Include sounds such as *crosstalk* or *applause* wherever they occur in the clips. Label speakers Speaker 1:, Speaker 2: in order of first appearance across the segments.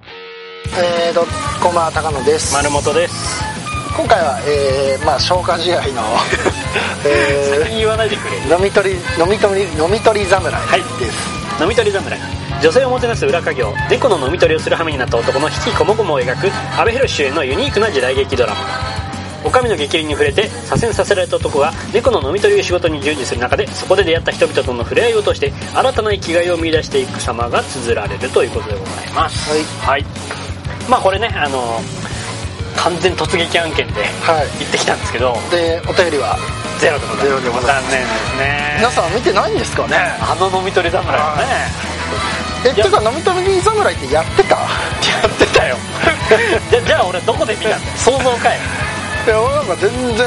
Speaker 1: えー、ドッコマ高野です
Speaker 2: 丸本です
Speaker 1: 今回は、えーまあ、消化試合の、 *laughs*
Speaker 2: 先
Speaker 1: え
Speaker 2: に言わないでくれ
Speaker 1: ー、飲み取り飲み取り飲み取り侍
Speaker 2: い
Speaker 1: です、
Speaker 2: 飲み取り侍女性をもてなす裏稼業猫の飲み取りをする羽目になった男の引きこもごもを描く阿部寛主演のユニークな時代劇ドラマ女将の激励に触れて左遷させられた男が猫の飲み取りを仕事に従事する中でそこで出会った人々との触れ合いを通して新たな生きがいを見出していく様が綴られるということでございます
Speaker 1: はい
Speaker 2: はいまあこれねあの完全突撃案件で
Speaker 1: はい
Speaker 2: 行ってきたんですけど
Speaker 1: でお便りは
Speaker 2: ゼロでございます
Speaker 1: ゼロでございます
Speaker 2: 残念ですね
Speaker 1: 皆さん見てないんですかね
Speaker 2: あの飲み取り侍はね
Speaker 1: えっていうか飲み取り侍ってやってた
Speaker 2: やってたよ *laughs* じゃじゃあ俺どこで見たんだよ想像かよ
Speaker 1: いや俺なんか全然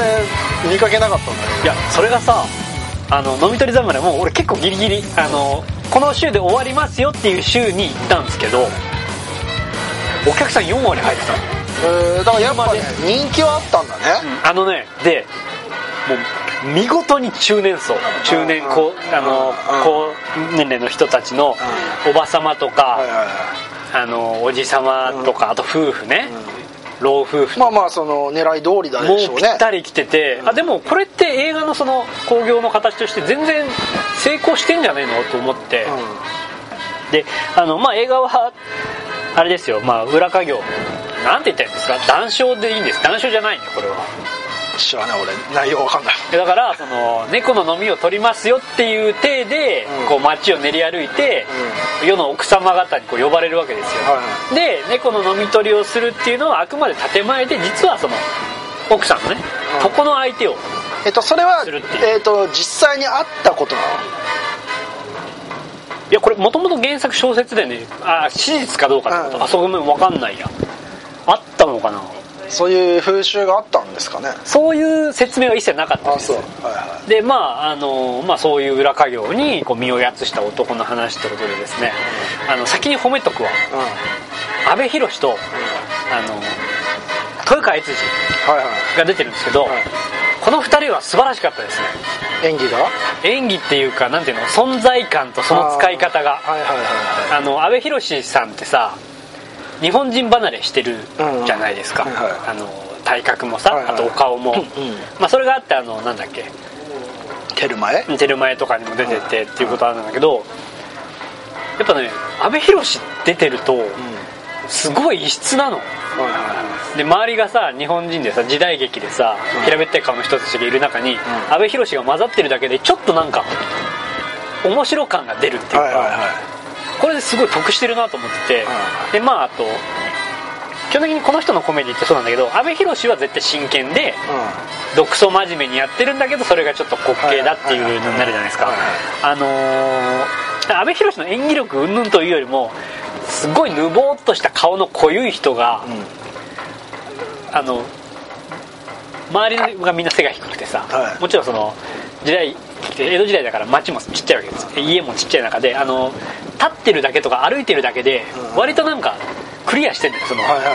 Speaker 1: 見かけなかったんだ
Speaker 2: いやそれがさあの飲み取り侍も俺結構ギリギリあのこの週で終わりますよっていう週に行ったんですけどお客さん4割入ってたの
Speaker 1: けど、えー、だからやっぱね人気はあったんだね、
Speaker 2: あのねでもう見事に中年層中年高あの高年齢の人たちのおば様と
Speaker 1: はい
Speaker 2: か
Speaker 1: はいは
Speaker 2: あのおじ様とかあと夫婦ね老夫婦
Speaker 1: いまあまあその狙い通りだ
Speaker 2: もう
Speaker 1: でしょう
Speaker 2: ぴ
Speaker 1: ね
Speaker 2: ったり来てて、あでもこれって映画のその興行の形として全然成功してんじゃねえのと思って、であのまあ映画はあれですよ、まあ、裏稼業なんて言ったらいいんですか談笑でいいんです談笑じゃないねこれは
Speaker 1: うん、知らない俺内容わかんない
Speaker 2: でだからその猫の飲みを取りますよっていう体で、
Speaker 1: うん
Speaker 2: こう街を練り歩いて、世の奥様方にこう呼ばれるわけですよ、
Speaker 1: は
Speaker 2: で猫の飲み取りをするっていうのはあくまで建前で実はその奥さんのね、
Speaker 1: うん
Speaker 2: ここの相手を
Speaker 1: えっとそれは
Speaker 2: するっていう
Speaker 1: えっと実際にあったことなの
Speaker 2: いやこれもともと原作小説でねあ史実かどうかってこと、
Speaker 1: うん
Speaker 2: あそこも分かんないやあったのかな
Speaker 1: そういう風習があったんですかね
Speaker 2: そういう説明は一切なかったんですよ
Speaker 1: はいは
Speaker 2: でまああの、まあ、そういう裏稼業にこう身をやつした男の話ってことでですねあの先に褒めとくわ
Speaker 1: い、うん、は
Speaker 2: 阿部寛とあの豊川悦司
Speaker 1: いは
Speaker 2: が出てるんですけど、この2人は素晴らしかったですね
Speaker 1: い演技が
Speaker 2: 演技っていうかなんていうの存在感とその使い方が
Speaker 1: はいはいは
Speaker 2: あの阿部寛さんってさ日本人離れしてるじゃないですか、
Speaker 1: うんはいはい
Speaker 2: あの体格もさ、
Speaker 1: はいはい
Speaker 2: あとお顔も、
Speaker 1: うんうん
Speaker 2: まあ、それがあってあのなんだっけ
Speaker 1: いテルマへ
Speaker 2: 似てる前とかにも出ててっていうことなんだけどやっぱね阿部寛出てるとすごい異質なの
Speaker 1: はいは
Speaker 2: で周りがさ日本人でさ時代劇でさ平べったい顔の人たちがいる中に阿部寛が混ざってるだけでちょっとなんか面白感が出るっていう
Speaker 1: い
Speaker 2: か、
Speaker 1: はいはいはい
Speaker 2: これですごい得してるなと思ってて、
Speaker 1: うん
Speaker 2: でまああと基本的にこの人のコメディってそうなんだけど阿部寛は絶対真剣で独ソ真面目にやってるんだけどそれがちょっと滑稽だっていうのになるじゃないですか
Speaker 1: はいはい
Speaker 2: あのー阿部寛の演技力云々というよりもすごいぬぼーっとした顔の濃ゆい人が、
Speaker 1: うん
Speaker 2: あの周りがみんな背が低くてさ、
Speaker 1: はい
Speaker 2: もちろんその時代江戸時代だから街もちっちゃいわけですよ家もちっちゃい中であの立ってるだけとか歩いてるだけで
Speaker 1: うん
Speaker 2: 割となんかクリアしてんだよその、
Speaker 1: はいはいは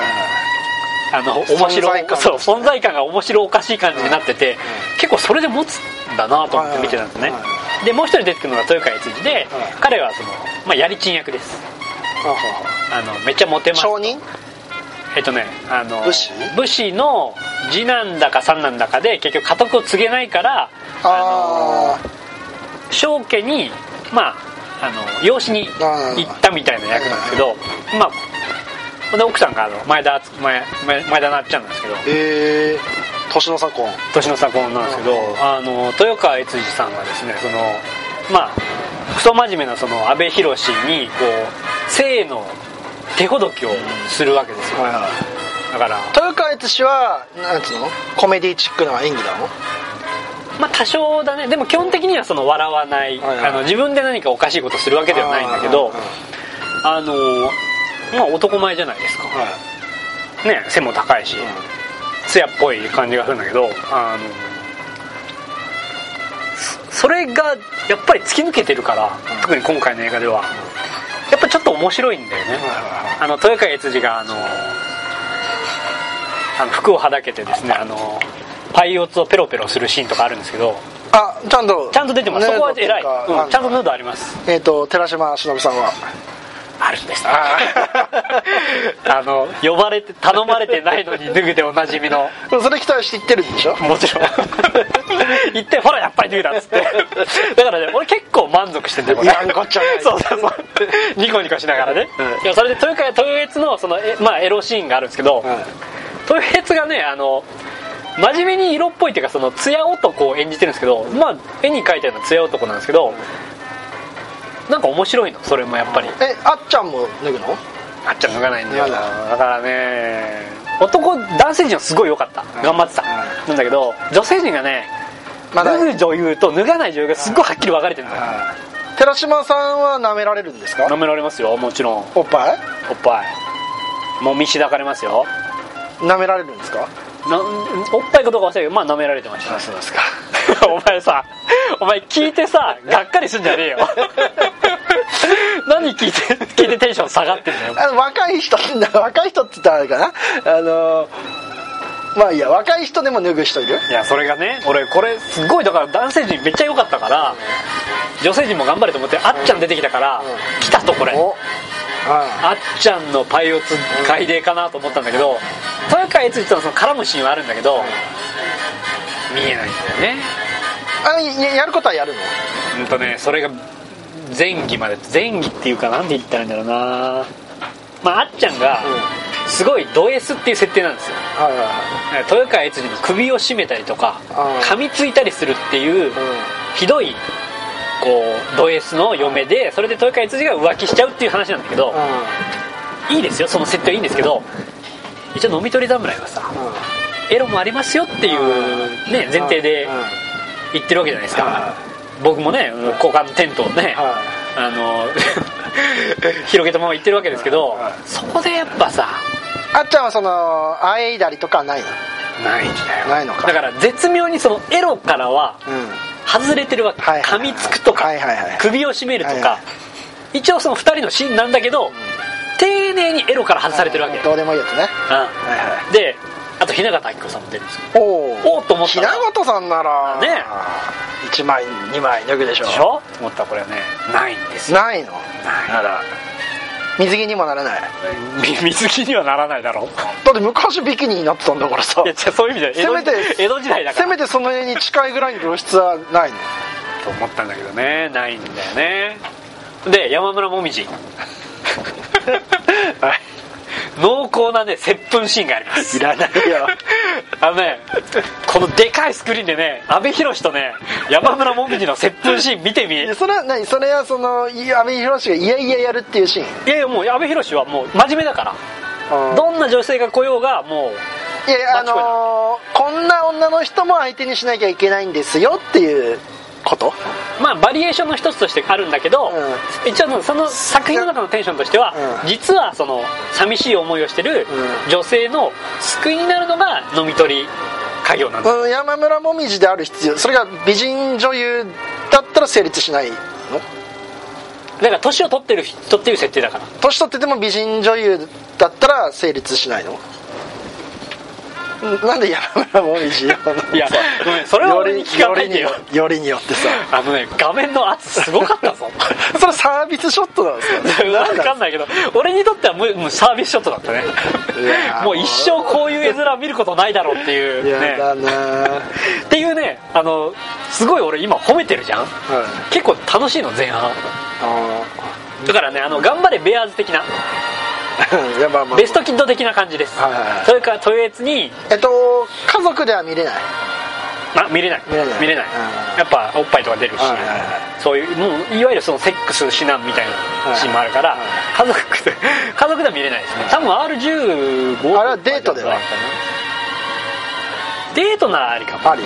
Speaker 2: あの面
Speaker 1: 存
Speaker 2: 白
Speaker 1: 在
Speaker 2: い
Speaker 1: 感
Speaker 2: そう存在感が面白おかしい感じになってて、結構それで持つんだなと思って見てたんです
Speaker 1: は
Speaker 2: ね、
Speaker 1: いは
Speaker 2: でもう一人出てくるのが豊川悦司で、彼はその、まあ、やりちん役です
Speaker 1: い
Speaker 2: あのめっちゃモテます
Speaker 1: 証人
Speaker 2: えっとねあの
Speaker 1: 武士
Speaker 2: 武士の次男だか三男だかで結局家督を継げないから
Speaker 1: あ
Speaker 2: 商家にまああの養子に
Speaker 1: あー
Speaker 2: 行ったみたいな役なんですけどまあほんで奥さんがあの前田敦前前前田なっちゃんなんですけど
Speaker 1: ーええ年の差婚
Speaker 2: 年の差婚なんですけどあの豊川悦司さんはですねそのまあクソ真面目なその阿部寛にこう性の手ほどきをするわけですよ
Speaker 1: はいはい
Speaker 2: だから
Speaker 1: 豊川悦司はなんつうのコメディチックな演技なの
Speaker 2: まあ多少だねでも基本的にはその笑わない、
Speaker 1: はいはい
Speaker 2: あの自分で何かおかしいことするわけではないんだけど
Speaker 1: はい
Speaker 2: あのまあ男前じゃないですか、ね背も高いし艶っぽい感じがするんだけどあのそそれがやっぱり突き抜けてるから、
Speaker 1: うん
Speaker 2: 特に今回の映画ではやっぱちょっと面白いんだよね、
Speaker 1: は
Speaker 2: あの豊川悦司があのあの服をはだけてですねあのパイオツをペロペロするシーンとかあるんですけど
Speaker 1: あちゃんと
Speaker 2: ちゃんと出てます。そこは偉い。
Speaker 1: ヌードってう
Speaker 2: う
Speaker 1: か
Speaker 2: ん、ちゃんとヌードあります。
Speaker 1: えっと寺島しのぶさんは
Speaker 2: あるんです
Speaker 1: あ *laughs*
Speaker 2: あの *laughs* 呼ばれて頼まれてないのに脱ぐでおなじみの
Speaker 1: ーそれ期待して言ってるんでしょ
Speaker 2: もちろん *laughs* 行ってほらやっぱり脱いだっつって *laughs* だからね俺結構満足してんだよこれ
Speaker 1: いやんこっちゃない
Speaker 2: そうそうそうニコニコしながらね、いやそれで豊川豊悦のそのえ、まあ、エロシーンがあるんですけど、豊悦がねあの真面目に色っぽいっていうかその艶男を演じてるんですけどまあ絵に描いたような艶男なんですけどなんか面白いのそれもやっぱり
Speaker 1: えあっちゃんも脱ぐの
Speaker 2: あっちゃん脱がないんだよ
Speaker 1: や
Speaker 2: だ
Speaker 1: だ
Speaker 2: からね男男性陣はすごい良かった頑張ってた
Speaker 1: う
Speaker 2: なんだけど女性陣がね
Speaker 1: まだ
Speaker 2: 脱ぐ女優と脱がない女優がすっごいはっきり分かれてるんだよ
Speaker 1: 寺島さんは舐められるんですか
Speaker 2: 舐められますよもちろんおっ
Speaker 1: おっぱい
Speaker 2: ぱいもみしだかれますよ
Speaker 1: 舐められるんですか
Speaker 2: なおっぱいかどうか忘れたけどまあ舐められてました
Speaker 1: そうですか
Speaker 2: *laughs* お前さお前聞いてさがっかりすんじゃねえよ *laughs* 何聞いて聞いてテンション下がってんだよ
Speaker 1: あの若い人 *laughs* 若い人って言ったらあれかなあのまあいいや若い人でも脱ぐ人いる
Speaker 2: いやそれがね俺これすごいだから男性陣めっちゃ良かったから女性陣も頑張れと思ってあっちゃん出てきたから
Speaker 1: うん
Speaker 2: 来たとこれ
Speaker 1: おあ
Speaker 2: あっちゃんのパイオツ海底かなと思ったんだけど豊川悦司とのその絡むシーンはあるんだけど見えないんだよね
Speaker 1: あいややることはやるの
Speaker 2: うんとねそれが前期まで前期っていうかなんで言ったらいいんだろうなまああっちゃんがすごいド S っていう設定なんですよ
Speaker 1: はいはいは
Speaker 2: 豊川悦司の首を絞めたりとか
Speaker 1: あー
Speaker 2: 噛みついたりするっていう
Speaker 1: いうん
Speaker 2: ひどいこうド S の嫁でそれで豊川悦司が浮気しちゃうっていう話なんだけどいいですよその設定はいいんですけど一応飲み取り侍はさエロもありますよっていうね前提で
Speaker 1: うん
Speaker 2: 言ってるわけじゃないですか
Speaker 1: は
Speaker 2: 僕もねうん交換のテントをね
Speaker 1: いは
Speaker 2: あの *laughs* 広げたまま言ってるわけですけど
Speaker 1: はい
Speaker 2: そこでやっぱさ
Speaker 1: いあっちゃんはそのあえいだりとかはないの
Speaker 2: ないんだ
Speaker 1: ないのか
Speaker 2: だから絶妙にそのエロからは
Speaker 1: うん
Speaker 2: 外れてるわけ
Speaker 1: はいはい
Speaker 2: 噛みつくとか
Speaker 1: はいはいはい
Speaker 2: 首を絞めると
Speaker 1: はい
Speaker 2: か
Speaker 1: は
Speaker 2: 一応その2人のシーンなんだけど丁寧にエロから外されてるわけ
Speaker 1: どうでもいいやつね
Speaker 2: う
Speaker 1: はいはい
Speaker 2: んであと雛形あきこさんも出るんですよ
Speaker 1: おー
Speaker 2: おーと思った
Speaker 1: 平本さんなら
Speaker 2: ね
Speaker 1: 1枚2枚脱ぐでしょ
Speaker 2: でしょ思ったらこれはねないんですよ
Speaker 1: ないの
Speaker 2: なら
Speaker 1: 水着にもならない
Speaker 2: 水着にはならないだろ
Speaker 1: だって昔ビキニになってたんだからさ
Speaker 2: いやじゃあそういう意味
Speaker 1: せ
Speaker 2: じゃ江戸
Speaker 1: めて
Speaker 2: 江戸時代だか
Speaker 1: せ
Speaker 2: ら
Speaker 1: めてその絵に近いぐらいの露出はないの
Speaker 2: と思ったんだけどねないんだよねで山村もみ *laughs* じ濃厚なね接吻シーンがあります
Speaker 1: いらないよ
Speaker 2: あのねこのでかいスクリーンでね阿部寛とね山村もみじの接吻シーン見てみ
Speaker 1: いやそれは何それはそのい阿部寛がいやいややるっていうシーン
Speaker 2: いやいやもう阿部寛はもう真面目だからどんな女性が来ようがも
Speaker 1: いやいやあ
Speaker 2: 間違いな
Speaker 1: の
Speaker 2: い
Speaker 1: ーこんな女の人も相手にしなきゃいけないんですよっていうこと
Speaker 2: うまあバリエーションの一つとしてあるんだけ
Speaker 1: う
Speaker 2: ど、一応その作品の中のテンションとしては、
Speaker 1: うん
Speaker 2: 実はその寂しい思いをしてる
Speaker 1: う
Speaker 2: 女性の救いになるのが飲み取り家業なんだ、
Speaker 1: うん山村もみじである必要それが美人女優だったら成立しないの
Speaker 2: だから年を取ってる人っていう設定だから
Speaker 1: 年取ってても美人女優だったら成立しないのんなんで山村もみじよ
Speaker 2: いやごめんそれは俺に聞かないでよ
Speaker 1: りによりによってさ
Speaker 2: あのね画面の圧すごかったぞ
Speaker 1: *laughs* それサービスショット *laughs* なんですよ
Speaker 2: わかんないけど俺にとってはもうもうサービスショットだったね
Speaker 1: いやー
Speaker 2: *laughs* もう一生こういう絵面見ることないだろうっていう
Speaker 1: いや
Speaker 2: ね
Speaker 1: だなぁ
Speaker 2: っていうねあのすごい俺今褒めてるじゃん
Speaker 1: はい
Speaker 2: 結構楽しいの前半
Speaker 1: あ
Speaker 2: だからねあの頑張れベアーズ的な
Speaker 1: ー *laughs* いやまあまあ
Speaker 2: ベストキッド的な感じです
Speaker 1: はいはいはい
Speaker 2: それからトヨエツに、
Speaker 1: えっと家族では見れない
Speaker 2: あ、見れない
Speaker 1: 見れないうん
Speaker 2: やっぱおっぱいとか出るし、
Speaker 1: はいはいはい
Speaker 2: そういうもういわゆるそのセックス指南みたいなシーンもあるから、
Speaker 1: はい
Speaker 2: 家族で *laughs* 家族では見れないですね多分 R15
Speaker 1: あれはデートでは
Speaker 2: デートならありかも
Speaker 1: あり
Speaker 2: うん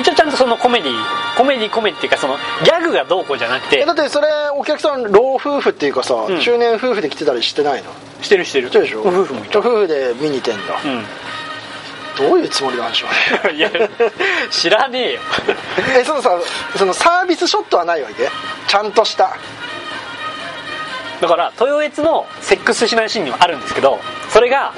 Speaker 2: 一応ちゃんとそのコメディコメディコメディっていうかそのギャグがどうこうじゃなくて
Speaker 1: えだってそれお客さん老夫婦っていうかさ、
Speaker 2: ん
Speaker 1: 中年夫婦で来てたりしてないの
Speaker 2: してるしてる
Speaker 1: そうでしょ
Speaker 2: 夫婦もいた
Speaker 1: 夫婦で見に行ってんだ、
Speaker 2: う
Speaker 1: どういうつもりなんでしょうね
Speaker 2: んいや知らねえよ
Speaker 1: えそのさそのサービスショットはないわけちゃんとした
Speaker 2: だから豊悦のセックスしないシーンにはあるんですけどそれが、
Speaker 1: う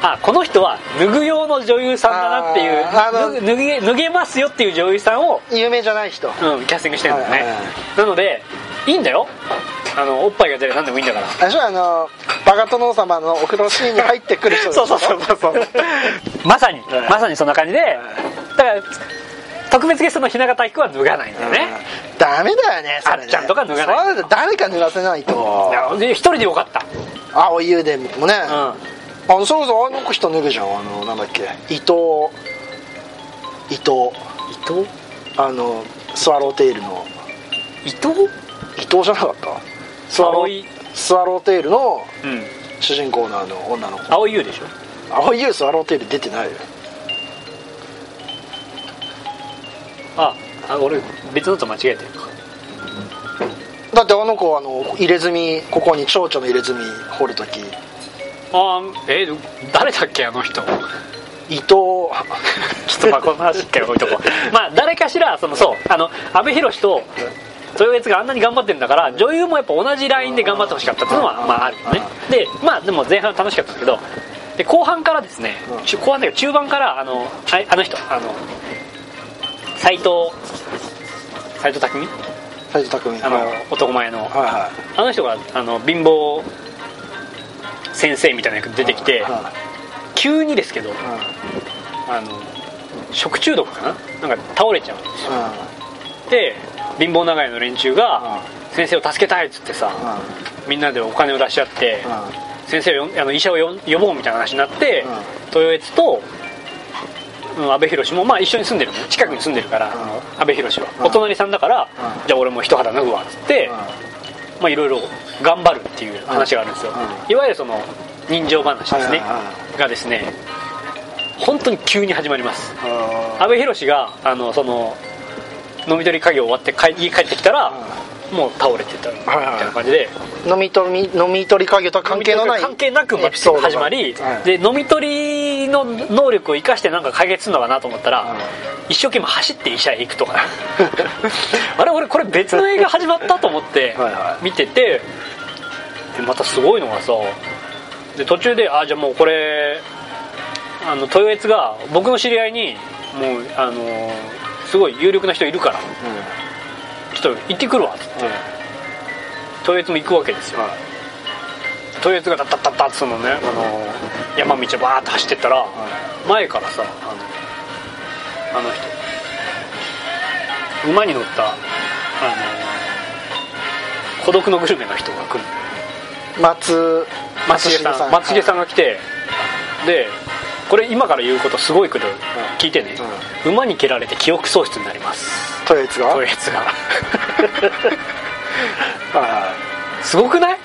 Speaker 2: あこの人は脱ぐ用の女優さんだなっていう
Speaker 1: あーあの
Speaker 2: 脱ぐ脱げ脱げますよっていう女優さんを、
Speaker 1: ん有名じゃない人
Speaker 2: うん、キャスティングしてるんだよね、
Speaker 1: はいはいは
Speaker 2: なのでいいんだよあのおっぱいが出る何でもいいんだから
Speaker 1: あれじゃあのバカ殿様のお風呂シーンに入ってくる人でし
Speaker 2: そ
Speaker 1: ょ
Speaker 2: う *laughs* そうそうそうそうまさに、
Speaker 1: はい
Speaker 2: まさにそんな感じで、だから特別ゲストの雛形彦は脱がないんだよね、
Speaker 1: うんダメだよねそれね
Speaker 2: あっちゃんとか脱がない
Speaker 1: そうだ誰か脱がせないと
Speaker 2: いやで一人でよかった、
Speaker 1: 青い湯でもね、あ
Speaker 2: うん、
Speaker 1: のそれこそあの人脱ぐじゃんあのなんだっけ伊藤伊藤
Speaker 2: 伊藤
Speaker 1: あのスワローテールの
Speaker 2: 伊藤
Speaker 1: 伊藤じゃなかったスワロ
Speaker 2: 青
Speaker 1: ー
Speaker 2: い
Speaker 1: スワローテールの
Speaker 2: うん
Speaker 1: 主人公のあの女の子
Speaker 2: 青い優でしょ
Speaker 1: 青い湯スワローテール出てないよ
Speaker 2: ああ俺別のと間違えてる
Speaker 1: だってあの子あの入れ墨ここに蝶々の入れ墨掘るとき
Speaker 2: あえ誰だっけあの人ちょ
Speaker 1: 伊藤
Speaker 2: っとま
Speaker 1: *laughs*
Speaker 2: あこの話しっかり置いとこ *laughs* うまあ誰かしらそのそうあの阿部寛と豊悦があんなに頑張ってるんだから女優もやっぱ同じラインで頑張ってほしかったっていうのはまああるよねでまあでも前半楽しかったんだけどで後半からですね
Speaker 1: うん
Speaker 2: ちゅ後半だけど中盤からあのああの人あの斎藤斎藤匠
Speaker 1: 斉藤匠
Speaker 2: あ
Speaker 1: はい
Speaker 2: の男前の
Speaker 1: はいは
Speaker 2: あの人があの貧乏先生みたいな役で出てき
Speaker 1: い
Speaker 2: て
Speaker 1: は
Speaker 2: 急にですけど
Speaker 1: いはい
Speaker 2: あの食中毒かななんか倒れちゃう
Speaker 1: う
Speaker 2: で貧乏長屋の連中が先生を助けたいっつってさ
Speaker 1: ん
Speaker 2: みんなでお金を出し合って
Speaker 1: うんうん
Speaker 2: 先生をよんあの医者をよん呼ぼうみたいな話になって
Speaker 1: うん
Speaker 2: 豊悦とうん阿部寛もまあ一緒に住んでるの近くに住んでるから
Speaker 1: うん
Speaker 2: 阿部寛は
Speaker 1: うん
Speaker 2: お隣さんだから
Speaker 1: うん
Speaker 2: じゃあ俺も一肌脱ぐわっつってまあいろいろ頑張るっていう話があるんですよ
Speaker 1: う
Speaker 2: いわゆるその人情話ですね
Speaker 1: はいはいは
Speaker 2: がですね本当に急に始まります
Speaker 1: あ
Speaker 2: 阿部寛があのその飲み取り家業終わって帰家帰ってきたらもう倒れてたみた
Speaker 1: はいはい
Speaker 2: いな感じで
Speaker 1: ー飲み取り飲み取り家業とは関係のない
Speaker 2: 関係なく
Speaker 1: エピソードが
Speaker 2: 始まり
Speaker 1: はい
Speaker 2: で飲み取りの能力を生かしてなんか解決するのかなと思ったら
Speaker 1: はい
Speaker 2: 一生懸命走って医者へ行くとか *laughs* あれ俺これ別の映画始まったと思って
Speaker 1: *laughs* はいは
Speaker 2: 見ててでまたすごいのがさで途中であじゃあもうこれあの豊悦が僕の知り合いにもうあのすごい有力な人いるか
Speaker 1: う
Speaker 2: ら
Speaker 1: ん
Speaker 2: ちょっと行ってくるわっつって豊悦も行くわけですよ
Speaker 1: は
Speaker 2: 豊悦がダッダッダッダッそのねあの山道をバーって走ってったら前からさあのあの人馬に乗ったあの孤独のグルメの人が来る
Speaker 1: い松
Speaker 2: 松重さん松重さんが来てでこれ今から言うことすごいけど聞いてね、馬に蹴られて記憶喪失になります
Speaker 1: ん豊悦が
Speaker 2: そういうやつが *laughs*
Speaker 1: はいはい
Speaker 2: すごくない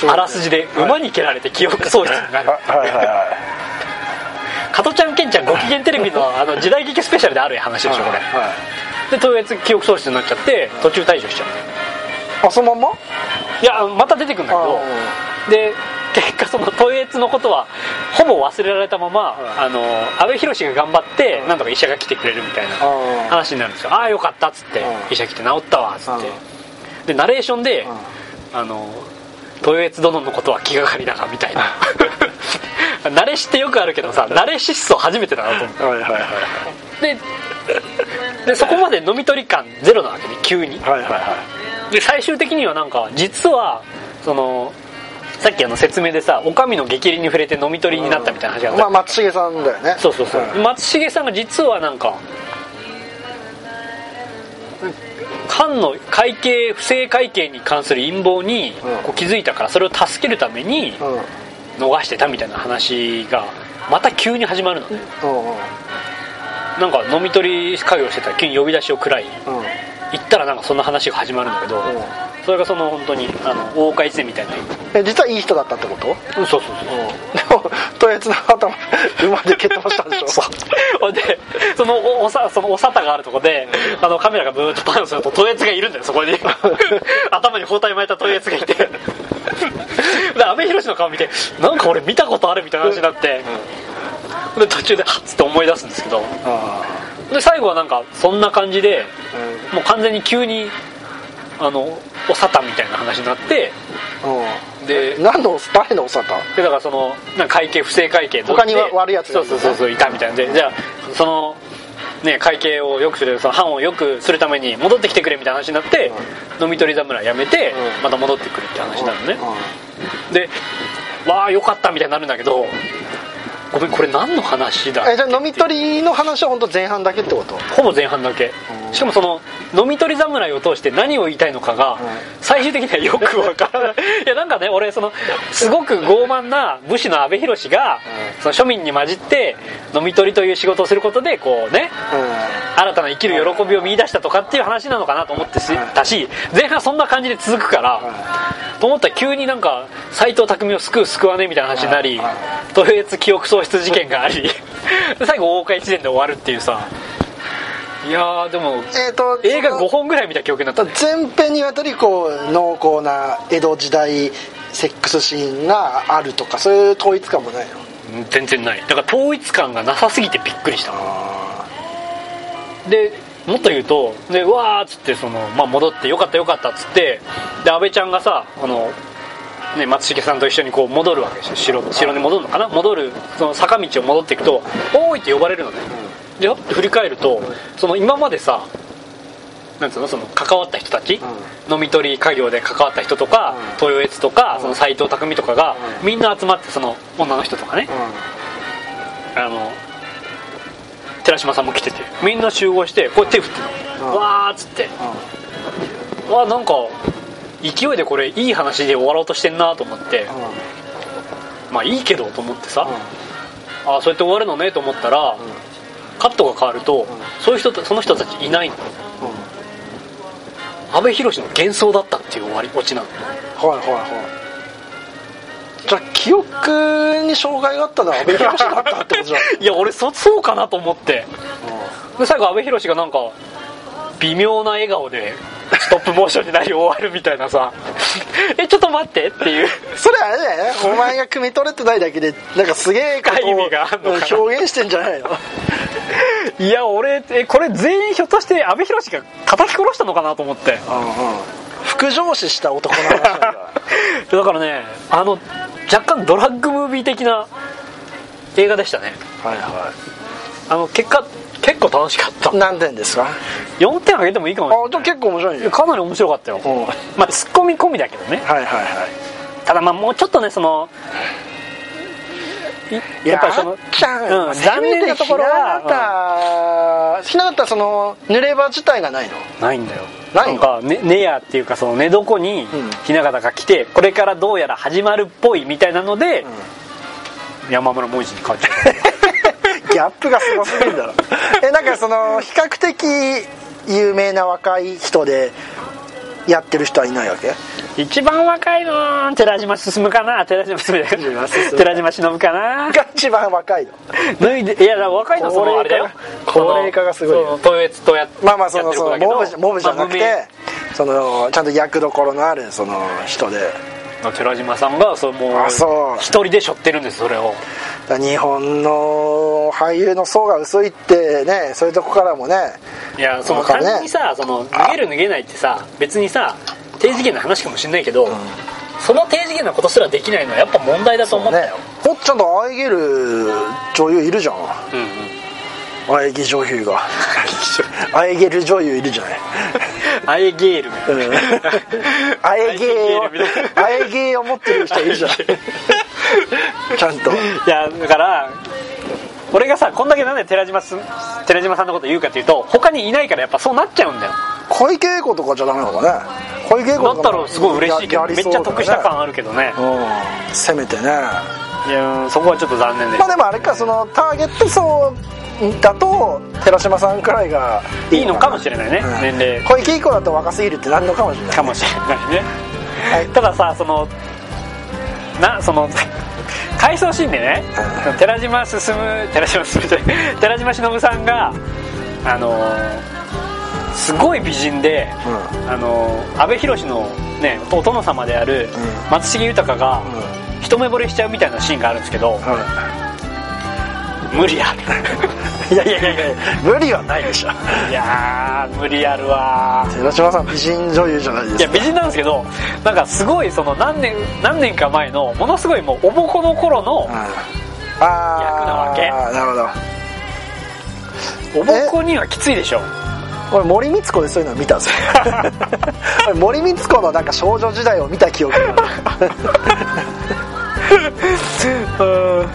Speaker 1: そう
Speaker 2: あらすじで馬に蹴られて記憶喪失に *laughs* なる
Speaker 1: はいはいはい
Speaker 2: 加トちゃんケンちゃんご機嫌テレビのあの時代劇スペシャルである話でしょこれ
Speaker 1: はい
Speaker 2: でとりあえず記憶喪失になっちゃって途中退場しちゃう
Speaker 1: あそのまんま
Speaker 2: いやまた出てくるんだけどで結果その統一のことはほぼ忘れられたまま、
Speaker 1: は
Speaker 2: あの阿部寛が頑張ってなんとか医者が来てくれるみたいな
Speaker 1: うん
Speaker 2: 話になるんですよああよかったっつって
Speaker 1: うん
Speaker 2: 医者来て治ったわっつって
Speaker 1: うん
Speaker 2: でナレーションで
Speaker 1: うん
Speaker 2: あの豊悦殿のことは気がかりだがみた *laughs* いな慣れしってよくあるけどさ慣れし失踪初めてだなと思って
Speaker 1: はいはいはい
Speaker 2: ででそこまで飲み取り感ゼロなわけね急に
Speaker 1: はいはいは
Speaker 2: で最終的にはなんか実はそのさっきあの説明でさお上の激励に触れて飲み取りになったみたいな話があ
Speaker 1: い
Speaker 2: った、
Speaker 1: まあ松重さんだよね
Speaker 2: そうそうそう、
Speaker 1: ん
Speaker 2: 松重さんが実はなんか藩の会計不正会計に関する陰謀に
Speaker 1: うん
Speaker 2: こう気づいたからそれを助けるために
Speaker 1: うん
Speaker 2: 逃してたみたいな話がまた急に始まるのね
Speaker 1: うん
Speaker 2: なんか飲み取り会をしてたら急に呼び出しを食らい
Speaker 1: うんうん
Speaker 2: 行ったらなんかそんな話が始まるんだけど
Speaker 1: うん
Speaker 2: それがその本当にあの大岡越前みたいな
Speaker 1: え実はいい人だったってこと
Speaker 2: そうそうそう
Speaker 1: でもとりあえずの頭馬で蹴飛ばしたんでしょ
Speaker 2: ほん *laughs* でそのおおさそのお沙汰があるとこであのカメラがブーッとパンすると豊悦がいるんだよそこ *laughs* に頭に包帯巻いた豊悦が *laughs* いてで阿部寛の顔見てなんか俺見たことあるみたいな話になって、で途中でハッつって思い出すんですけど
Speaker 1: あ
Speaker 2: で最後はなんかそんな感じで
Speaker 1: あう
Speaker 2: もう完全に急にあのお沙汰みたいな話になって
Speaker 1: んうん
Speaker 2: で
Speaker 1: 何の誰のお沙汰
Speaker 2: でだからそのなんか会計不正会計と
Speaker 1: 他には悪いやつが
Speaker 2: そ
Speaker 1: いうる
Speaker 2: そうそうそういたみたいなんでじゃあそのね、会計をよくするその班をよくするために戻ってきてくれみたいな話になって、飲み取り侍やめて、
Speaker 1: うん
Speaker 2: また戻ってくるって話なのね、
Speaker 1: うん
Speaker 2: でわあよかったみたいになるんだけどごめんこれ何の話だ
Speaker 1: えじゃあ飲み取りの話は本当前半だけってこと
Speaker 2: ほぼ前半だけ
Speaker 1: うん
Speaker 2: しかもその飲み取り侍を通して何を言いたいのかが
Speaker 1: うん
Speaker 2: 最終的にはよくわからない
Speaker 1: *laughs*
Speaker 2: いやなんかね俺そのすごく傲慢な武士の阿部寛が
Speaker 1: うん
Speaker 2: その庶民に混じって飲み取りという仕事をすることでこうね
Speaker 1: う
Speaker 2: 新たな生きる喜びを見出したとかっていう話なのかなと思ってし
Speaker 1: うん
Speaker 2: たし前半そんな感じで続くからと思ったら急になんか斎藤工を救う救わねえみたいな話になり
Speaker 1: うん
Speaker 2: 豊越記憶喪失事件がありで最後大岡一年で終わるっていうさいやーでも
Speaker 1: んえっと
Speaker 2: 映画5本ぐらい見た記憶になったね
Speaker 1: 前編にわたりこう濃厚な江戸時代セックスシーンがあるとかそういう統一感もないの
Speaker 2: 全然ないだから統一感がなさすぎてびっくりしたでもっと言うとでうわーっつってその、まあ、戻ってよかったよかったっつってで安倍ちゃんがさあの、ね、松重さんと一緒にこう戻るわけでしょ城城に戻るのかな戻るその坂道を戻っていくと「おーい!」って呼ばれるのねでやっと振り返るとその今までさなんつうのその関わった人たち、飲み取り家業で関わった人とか、
Speaker 1: うん
Speaker 2: 豊悦とか、その斎藤工とかが、
Speaker 1: うん
Speaker 2: みんな集まってその女の人とかね、あの寺島さんも来ててみんな集合してこう手振ってたの、
Speaker 1: うん
Speaker 2: わーっつってわーなんか勢いでこれいい話で終わろうとしてんなと思ってまあいいけどと思ってさ、ああそうやって終わるのねと思ったら、カットが変わると、そういう人たその人たちいないの阿部寛の幻想だったっていう終わりオチなの
Speaker 1: はいはいはいじゃあ記憶に障害があったのは阿部寛だったってこと
Speaker 2: *laughs*
Speaker 1: じゃん
Speaker 2: いや俺そそうかなと思ってで最後阿部寛がなんか微妙な笑顔でストップモーションになり終わるみたいなさえちょっと待ってっていう
Speaker 1: それあれだよねお前が汲み取れてないだけでなんかすげえことを
Speaker 2: *laughs* 深い意味があんのかな
Speaker 1: 表現してんじゃないの
Speaker 2: いや俺えこれ全員ひょっとして阿部寛が叩き殺したのかなと思って
Speaker 1: 副上司した男の話なんだ
Speaker 2: だからねあの若干ドラッグムービー的な映画でしたね
Speaker 1: はいは
Speaker 2: あの結果結構楽しかった
Speaker 1: 何点ですか
Speaker 2: 4点あげてもいいかもし
Speaker 1: あじゃあ結構面白い
Speaker 2: れない
Speaker 1: ね
Speaker 2: かなり面白かったよ
Speaker 1: うんはい
Speaker 2: まあツッコミ込みだけどね
Speaker 1: はいは
Speaker 2: ただまあもうちょっとねその
Speaker 1: い
Speaker 2: いやっぱりその
Speaker 1: あっちゃん、
Speaker 2: うん残念なところ
Speaker 1: はひな形、たその濡れ場自体がないの
Speaker 2: ないんだよ
Speaker 1: ない
Speaker 2: んかね寝屋っていうかその寝床に
Speaker 1: うん
Speaker 2: 雛形が来てこれからどうやら始まるっぽいみたいなので
Speaker 1: ん
Speaker 2: 山村文字に変わっちゃう
Speaker 1: ギャップがすごすぎるん *laughs* だろえなんかその比較的有名な若い人でやってる人はいないわけ
Speaker 2: *laughs* 一番若いのは寺島進かな寺島進
Speaker 1: 島進
Speaker 2: 寺島忍かな
Speaker 1: が一番若いの
Speaker 2: 脱いでいやだから若いのはその
Speaker 1: 高
Speaker 2: あ
Speaker 1: 齢
Speaker 2: れ
Speaker 1: 化が
Speaker 2: だよその
Speaker 1: 高齢化がすごいよ
Speaker 2: そうトヨエツとや
Speaker 1: まあまあそ
Speaker 2: やっ
Speaker 1: の
Speaker 2: てる
Speaker 1: そ
Speaker 2: 子
Speaker 1: の
Speaker 2: だけど
Speaker 1: モブじゃモブじゃなく
Speaker 2: まあ無名
Speaker 1: てそのちゃんと役どころのあるその人で
Speaker 2: の寺島さんがそうもう
Speaker 1: あそう
Speaker 2: 一人で背負ってるんですそれを
Speaker 1: だから日本の俳優の層が薄いってねそういうとこからもね
Speaker 2: いやその
Speaker 1: わか
Speaker 2: 単
Speaker 1: るね
Speaker 2: 純にさその脱げる脱げないってさ別にさ低次元の話かもしれないけど、その低次元なことすらできないのはやっぱ問題だと思った
Speaker 1: ね
Speaker 2: よ、
Speaker 1: もっちゃんと喘げる女優いるじゃん
Speaker 2: うんうん
Speaker 1: 喘ぎ女優
Speaker 2: *laughs*
Speaker 1: が喘げる女優いるじゃない
Speaker 2: アエゲール
Speaker 1: うんあえ芸を
Speaker 2: みたいな
Speaker 1: あえ芸を持ってる人いるじゃんちゃんと
Speaker 2: いやだから俺がさこんだけなんで寺島す寺島さんのこと言うかっていうと他にいないからやっぱそうなっちゃうんだよ
Speaker 1: 小池栄子とかじゃダメなのかね小池栄子
Speaker 2: だ
Speaker 1: とか
Speaker 2: った
Speaker 1: も
Speaker 2: らすごい嬉しいけ
Speaker 1: や
Speaker 2: ど
Speaker 1: やり
Speaker 2: めっ
Speaker 1: そう
Speaker 2: ち
Speaker 1: だ
Speaker 2: ゃ
Speaker 1: ね
Speaker 2: 得した感あるけどね
Speaker 1: うんせめてね
Speaker 2: いやそこはちょっと残念で
Speaker 1: まあでもあれかそのターゲット層だと寺島さんくらいが
Speaker 2: いいのかもしれないね
Speaker 1: うん
Speaker 2: 年齢
Speaker 1: 小池栄子だと若すぎるってなんのかもしれない
Speaker 2: かもしれないね
Speaker 1: はい
Speaker 2: たださそのなその回想シーンでね寺島進寺島進じゃない寺島しのぶさんがあのーすごい美人で、あのー阿部寛のねお殿様である
Speaker 1: うん
Speaker 2: 松重豊が一目惚れしちゃうみたいなシーンがあるんですけど無理ある
Speaker 1: *laughs* いやいやいやいや無理はないでしょ
Speaker 2: いやー無理あるわー
Speaker 1: 寺島さん美人女優じゃないで
Speaker 2: いや
Speaker 1: すか
Speaker 2: 美人なんですけどなんかすごいその何年何年か前のものすごいもうおぼこの頃の
Speaker 1: うんああ
Speaker 2: 役なわけ
Speaker 1: なるほど
Speaker 2: おぼこにはきついでしょ
Speaker 1: 俺森光子でそういうの見たんです *laughs* よ俺森光子のなんか少女時代を見た記憶がある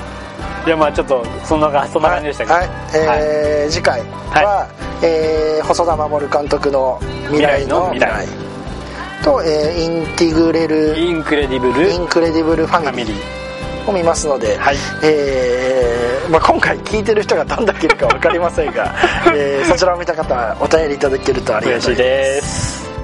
Speaker 2: いやまあちょっとそんながそんな感じでしたけど、
Speaker 1: はい、えー次回は、えー細田守監督の「未来の未来
Speaker 2: 未」
Speaker 1: と、えーインティグレル・
Speaker 2: インクレディブル
Speaker 1: インクレディブル・フ
Speaker 2: ファ
Speaker 1: ァミ
Speaker 2: ミ
Speaker 1: リー
Speaker 2: リー
Speaker 1: を見ますので、
Speaker 2: はい
Speaker 1: えーまあ、今回聞いてる人がどんだ
Speaker 2: *laughs*
Speaker 1: けいるか分かりませんが、えーそちらを見た方はお便りいただけるとありが
Speaker 2: 嬉
Speaker 1: たい
Speaker 2: しいです